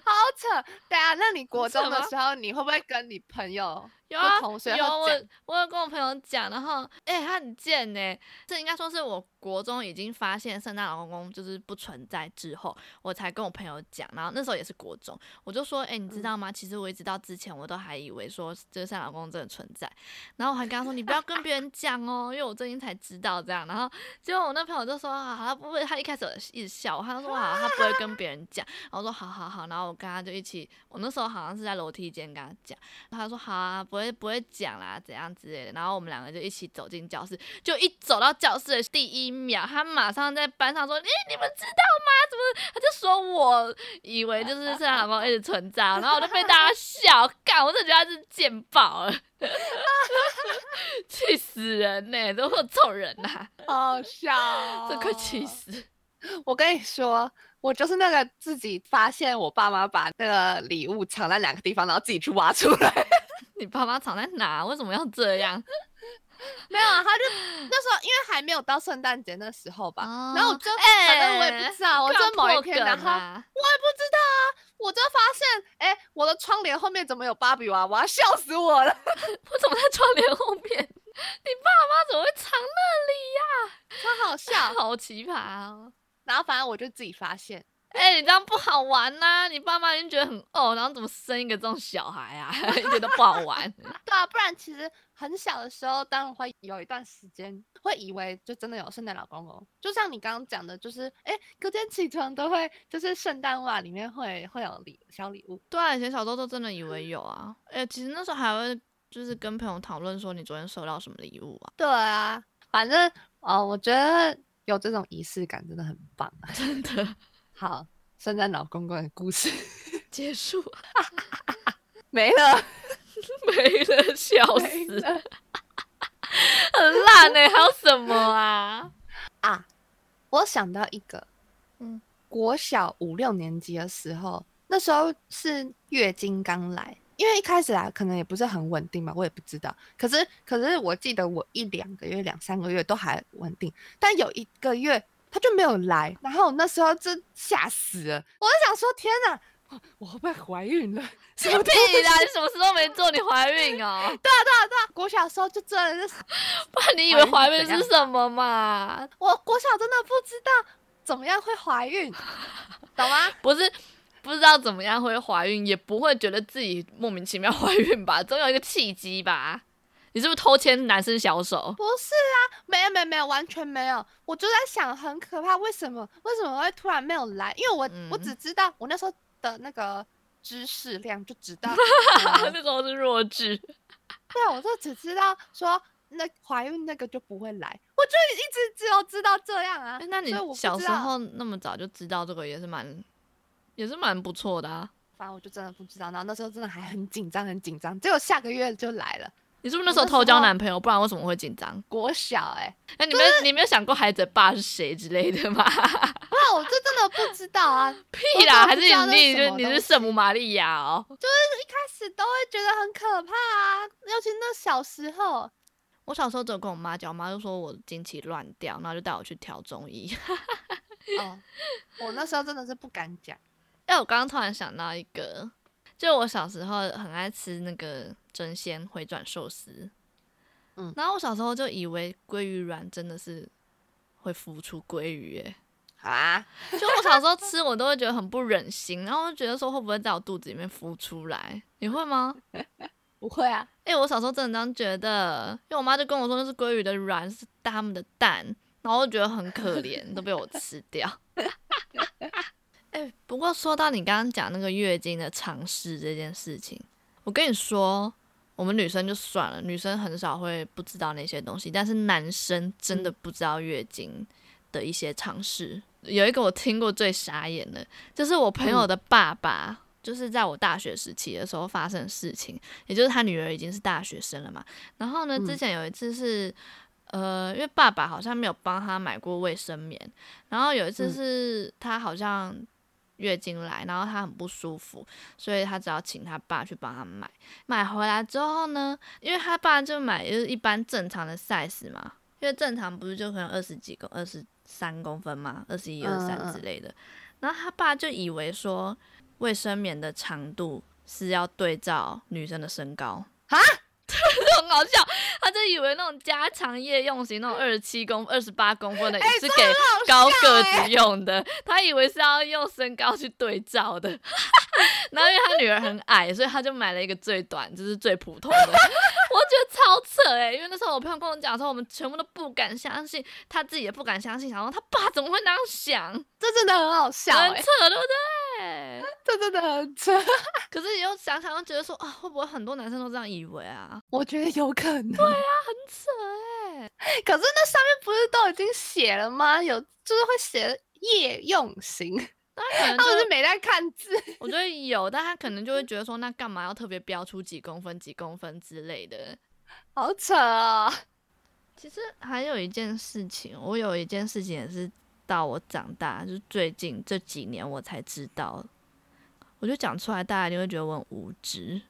Speaker 1: 好扯。对啊，那你国
Speaker 2: 扯
Speaker 1: 中的
Speaker 2: 吗
Speaker 1: 时候，你会不会跟你朋 友？
Speaker 2: 有啊，
Speaker 1: 同学
Speaker 2: 有
Speaker 1: 他
Speaker 2: 我
Speaker 1: 讲，
Speaker 2: 我有跟我朋友讲，然后哎、欸他很贱呢、这应该说是我国中已经发现圣诞老公公就是不存在之后，我才跟我朋友讲，然后那时候也是国中，我就说，哎、你知道吗？其实我一直到之前我都还以为说这个圣诞老公公真的存在，然后我还跟他说，你不要跟别人讲哦，因为我最近才知道这样，然后结果我那朋友就说啊，他不会，他一开始有一直笑我，他就说好，他不会跟别人讲。然后我说好好好，然后我跟他就一起，我那时候好像是在楼梯间跟他讲，然后他说好啊，不会不会讲啦，怎样之类的。然后我们两个就一起走进教室，就一走到教室的第一秒，他马上在班上说，诶、你们知道吗？怎么？他就说我以为就是圣诞老公一直存在，然后我就被大家笑，干，我真的觉得他是贱爆了， 气死人呢、怎么会有这种人呐、
Speaker 1: 好好笑、哦，
Speaker 2: 这快气！死！
Speaker 1: 我跟你说，我就是那个自己发现我爸妈把那个礼物藏在两个地方，然后自己去挖出来。
Speaker 2: 你爸妈藏在哪？为什么要这样？
Speaker 1: 没有啊，他就那时候因为还没有到圣诞节那时候吧，
Speaker 2: 哦
Speaker 1: 然后我就、
Speaker 2: 哎
Speaker 1: 反正我也不知道，我
Speaker 2: 干嘛
Speaker 1: 就某一
Speaker 2: 破
Speaker 1: 天，
Speaker 2: 梗
Speaker 1: 然后我也
Speaker 2: 啊
Speaker 1: 不知道啊，我就发现，哎、我的窗帘后面怎么有芭比娃娃？笑死我了！
Speaker 2: 我怎么在窗帘后面？ 你爸妈怎么会藏那
Speaker 1: 超好笑
Speaker 2: 里呀、。好奇葩哦！
Speaker 1: 然后反正我就自己发现，
Speaker 2: 哎、你这样不好玩呐、你爸妈已经觉得很哦，然后怎么生一个这种小孩啊？ 一点都不好玩。
Speaker 1: 对啊，不然其实很小的时候，当然会有一段时间会以为就真的有圣诞老公公，就像你刚刚讲的，就是哎、隔天起床都会，就是圣诞袜里面会会有礼小礼物。
Speaker 2: 对啊，以前小时候都真的以为有啊。哎、其实那时候还会就是跟朋友讨论说你昨天收到什么礼物啊？
Speaker 1: 对啊，反正哦，我觉得有这种仪式感真的很棒。啊
Speaker 2: 真的
Speaker 1: 好，圣诞老公公的故事
Speaker 2: 结束啊
Speaker 1: 没了，
Speaker 2: 没了，笑
Speaker 1: 没
Speaker 2: 死，
Speaker 1: 了
Speaker 2: 很烂哎、还有什么啊？
Speaker 1: 啊！我想到一个，
Speaker 2: 嗯
Speaker 1: 嗯，国小五六年级的时候，那时候是月经刚来，因为一开始啊，可能也不是很稳定嘛，我也不知道。可是，可是我记得我一两个月、两三个月都还稳定，但有一个月他就没有来，然后我那时候真吓死了，我就想说，天哪！我我会不会怀孕了？什么
Speaker 2: 屁啦！
Speaker 1: 啊
Speaker 2: 你什么事都没做，你怀孕哦？
Speaker 1: 国小的时候就真的是，
Speaker 2: 不然你以为怀孕是什么嘛？
Speaker 1: 我国小真的不知道怎么样会怀孕，懂吗？
Speaker 2: 不是不知道怎么样会怀孕，也不会觉得自己莫名其妙怀孕吧？总有一个契机吧？你是不是偷牵男生小手？
Speaker 1: 不是啊，没有没有没有，完全没有。我就在想，很可怕，为什么为什么会突然没有来？因为我、我
Speaker 2: 嗯
Speaker 1: 只知道我那时候的那个知识量就知 道，呃
Speaker 2: 啊那时候是弱智，
Speaker 1: 对，我就只知道说那怀孕那个就不会来，我就一直只有知道这样啊
Speaker 2: 哎。那你
Speaker 1: 所以我不
Speaker 2: 小
Speaker 1: 知
Speaker 2: 时
Speaker 1: 道，
Speaker 2: 候那么早就知道这个也是蛮也是蛮不错的啊。
Speaker 1: 反正我就真的不知道。然后那时候真的还很紧张，很紧张。结果下个月就来了，
Speaker 2: 你是不是那时候偷交男朋友？不然为什么会紧张？
Speaker 1: 国小哎、
Speaker 2: 那你没有你没有想过孩子的爸是谁之类的吗？
Speaker 1: 哇，我这真的不知道啊，一
Speaker 2: 屁啦，还
Speaker 1: 我
Speaker 2: 是
Speaker 1: 真的不知道
Speaker 2: 你你
Speaker 1: 那是什么东
Speaker 2: 就你是圣母玛利亚哦？
Speaker 1: 开始都会觉得很可怕啊，尤其那小时候，
Speaker 2: 我小时候只有跟我妈讲，我妈就说我经期乱掉，然后就带我去调中医。
Speaker 1: 哦，我那时候真的是不敢讲。
Speaker 2: 哎，我刚刚突然想到一个，就我小时候很爱吃那个蒸鲜回转寿司，
Speaker 1: 嗯
Speaker 2: 然后我小时候就以为鲑鱼卵真的是会孵出鲑鱼、欸，
Speaker 1: 好啊，
Speaker 2: 就我小时候吃，我都会觉得很不忍心，然后我就觉得说会不会在我肚子里面孵出来？你会吗？
Speaker 1: 不会啊，
Speaker 2: 哎、我小时候真的这样觉得，因为我妈就跟我说那是鲑鱼的卵，是它们的蛋，然后我就觉得很可怜，都被我吃掉。 哎、不过说到你刚刚讲那个月经的常识这件事情，我跟你说，我们女生就算了，女生很少会不知道那些东西，但是男生真的不知道月经的一些常识。有一个我听过最傻眼的，就是我朋友的爸爸，就是在我大学时期的时候发生的事情。也就是他女儿已经是大学生了嘛。然后呢，
Speaker 1: 嗯
Speaker 2: 之前有一次是，呃，因为爸爸好像没有帮他买过卫生棉，然后有一次
Speaker 1: 嗯
Speaker 2: 是他好像月经来，然后他很不舒服，所以他只好请他爸去帮他买。买回来之后呢，因为他爸就买就是一般正常的 size 嘛，因为正常不是就可能二十几公、二十三公分嘛，二十一、二
Speaker 1: 嗯
Speaker 2: 三
Speaker 1: 嗯
Speaker 2: 之类的。然后他爸就以为说卫生棉的长度是要对照女生的身高
Speaker 1: 啊，
Speaker 2: 很好笑。他就以为那种家常夜用型那种二十七公、二十八公分的、是给高个子用的，他以为是要用身高去对照的。 然后因为他女儿很矮，所以他就买了一个最短，就是最普通的。 我觉得超扯哎、因为那时候我朋友跟我讲的时候，我们全部都不敢相信，他自己也不敢相信，想说他爸怎么会那样想，
Speaker 1: 这真的很好笑
Speaker 2: 很
Speaker 1: 哎、
Speaker 2: 扯，对不对？
Speaker 1: 这真的很扯，
Speaker 2: 可是你又想想，又觉得说啊，会不会很多男生都这样以为啊？
Speaker 1: 我觉得有可能。对啊，欸
Speaker 2: 很扯哎、
Speaker 1: 可是那上面不是都已经写了吗？有就是会写夜用型，
Speaker 2: 那可能
Speaker 1: 他们
Speaker 2: 就是
Speaker 1: 没在看字。
Speaker 2: 我觉得有，但他可能就会觉得说，那干嘛要特别标出几公分、几公分之类的？
Speaker 1: 好扯哦！
Speaker 2: 其实还有一件事情，我有一件事情也是到我长大，就是最近这几年我才知道，我就讲出来，大家一定会觉得我很无知，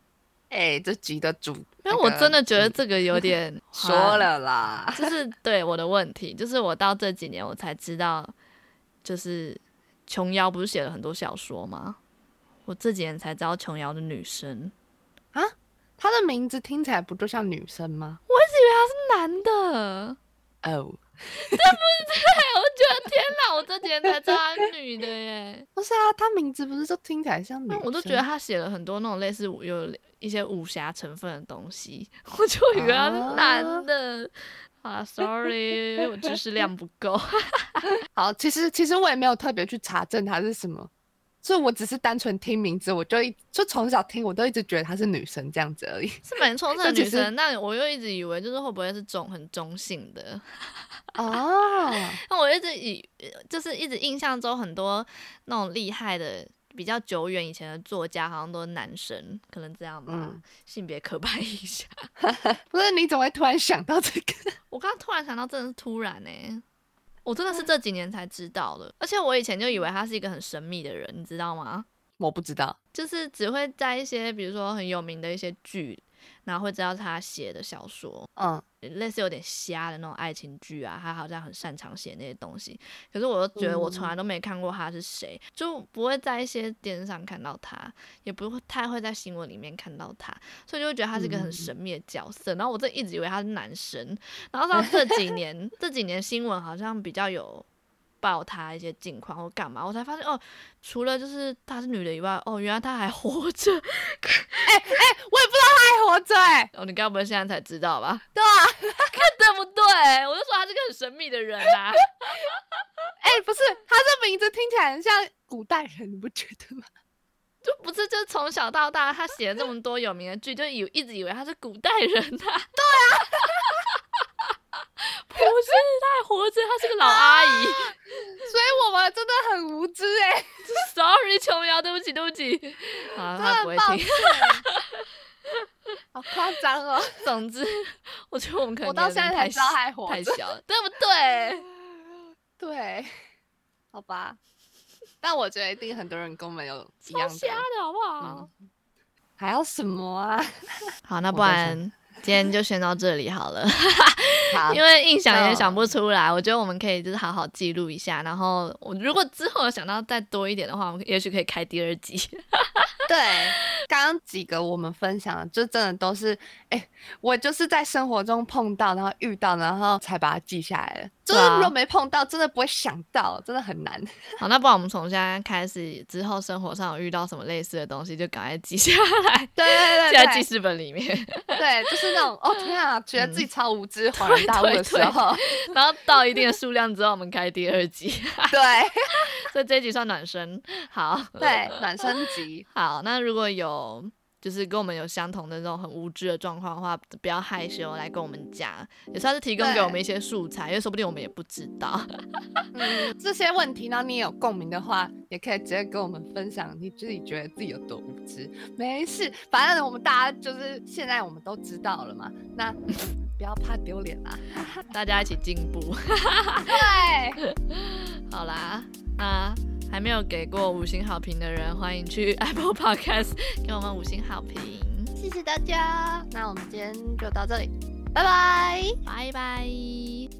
Speaker 1: 哎、这集的主，
Speaker 2: 因为
Speaker 1: 那
Speaker 2: 我
Speaker 1: 个
Speaker 2: 真的觉得
Speaker 1: 嗯
Speaker 2: 这个有点
Speaker 1: 说，了啦，
Speaker 2: 就是对我的问题，就是我到这几年我才知道，就是琼瑶不是写了很多小说吗？我这几年才知道琼瑶的女生
Speaker 1: 他的名字听起来不就像女生吗？
Speaker 2: 是男的。
Speaker 1: 哦、
Speaker 2: 我觉得天哪，我这几年才知道她是女 的耶。
Speaker 1: 不是啊，他名字不是就听起来像女
Speaker 2: 那
Speaker 1: 生？
Speaker 2: 我都觉得她写了很多那种类似武有一些武侠成分的东西，我就以为她
Speaker 1: 啊
Speaker 2: 是男的。啊，sorry，我知识量不够。
Speaker 1: 好，其实其实我也没有特别去查证她是什么，所以我只是单纯听名字，我就一就从小听，我都一直觉得她是女生这样子而已。
Speaker 2: 是蛮冲
Speaker 1: 这
Speaker 2: 的
Speaker 1: 其
Speaker 2: 女
Speaker 1: 实
Speaker 2: 生，那我又一直以为就是会不会是中很中性的，
Speaker 1: 哦，
Speaker 2: 那我一直以就是一直印象中很多那种厉害的。比较久远以前的作家好像都是男生，可能这样吧，
Speaker 1: 嗯
Speaker 2: 性别刻板印象。
Speaker 1: 不是，你怎么会突然想到这个？
Speaker 2: 我刚刚突然想到，真的是突然呢、我真的是这几年才知道的，而且我以前就以为他是一个很神秘的人，你知道吗？
Speaker 1: 我不知道。
Speaker 2: 就是只会在一些比如说很有名的一些剧，然后会知道他写的小说，
Speaker 1: 嗯，
Speaker 2: 类似有点瞎的那种爱情剧啊，他好像很擅长写那些东西。可是我又觉得我从来都没看过他是谁，就不会在一些电视上看到他，也不会太会在新闻里面看到他，所以就会觉得他是一个很神秘的角色。然后我这一直以为他是男神，然后到这几年这几年新闻好像比较有。爆他一些近况或干嘛，我才发现哦，除了就是她是女的以外，哦，原来她还活 着。
Speaker 1: 我也不知道她还活着、欸。
Speaker 2: 哦，你该不会现在才知道吧？
Speaker 1: 对啊，
Speaker 2: 对不对？我就说他是个很神秘的人啊。
Speaker 1: 哎、不是，她这名字听起来很像古代人，你不觉得吗？
Speaker 2: 就不是，就是从小到大，他写了这么多有名的剧，就以一直以为他是古代人呐、啊。 对啊，不是，他还活着，他是个老阿姨。
Speaker 1: 啊 所以我们真的很无知哎、
Speaker 2: Sorry，琼瑶，对不起，对不起。好，他不会
Speaker 1: 真的很抱
Speaker 2: 听。
Speaker 1: 好好夸张哦！
Speaker 2: 总之，我觉得我们可能
Speaker 1: 我到
Speaker 2: 年龄
Speaker 1: 现在才
Speaker 2: 太
Speaker 1: 知道
Speaker 2: 小
Speaker 1: 还活
Speaker 2: 太
Speaker 1: 着
Speaker 2: 小 了，对不对？
Speaker 1: 对，好吧。但我觉得一定很多人跟我们有一
Speaker 2: 超
Speaker 1: 样
Speaker 2: 瞎
Speaker 1: 的，
Speaker 2: 的好不好？
Speaker 1: 还要什么啊？
Speaker 2: 好，那
Speaker 1: 我
Speaker 2: 不
Speaker 1: 都
Speaker 2: 然今天就先到这里好了，
Speaker 1: 好
Speaker 2: 因为印象也
Speaker 1: 那
Speaker 2: 想不出来。我觉得我们可以就是好好记录一下，然后我如果之后有想到再多一点的话，我们也许可以开第二集。
Speaker 1: 对，刚刚几个我们分享的，就真的都是，哎、我就是在生活中碰到，然后遇到，然后才把它记下来的。就是
Speaker 2: 对啊
Speaker 1: 如果没碰到，真的不会想到，真的很难。
Speaker 2: 好，那不然我们从现在开始，之后生活上有遇到什么类似的东西，就赶快记下来，
Speaker 1: 对 对对
Speaker 2: 记在记
Speaker 1: 对
Speaker 2: 事本里面，
Speaker 1: 对，就是那种哦天啊，觉得自己超无知、恍然大悟
Speaker 2: 对
Speaker 1: 的时
Speaker 2: 对
Speaker 1: 候，
Speaker 2: 然后到一定的数量之后，我们开第二集。
Speaker 1: 对
Speaker 2: 所以这一集算暖身。好，
Speaker 1: 对，暖身集。
Speaker 2: 好，那如果有就是跟我们有相同的这种很无知的状况的话，不要害羞来跟我们讲，也算是提供给我们一些素材，因为说不定我们也不知道。
Speaker 1: 嗯，这些问题呢，你也有共鸣的话，也可以直接跟我们分享你自己觉得自己有多无知。没事，反正我们大家就是现在我们都知道了嘛， 那嗯不要怕丢脸啦。
Speaker 2: 大家一起进步。
Speaker 1: 对，
Speaker 2: 好啦，那还没有给过五星好评的人，欢迎去 Apple Podcast 给我们五星好评。
Speaker 1: 谢谢大家，那我们今天就到这里，拜拜。
Speaker 2: 拜拜。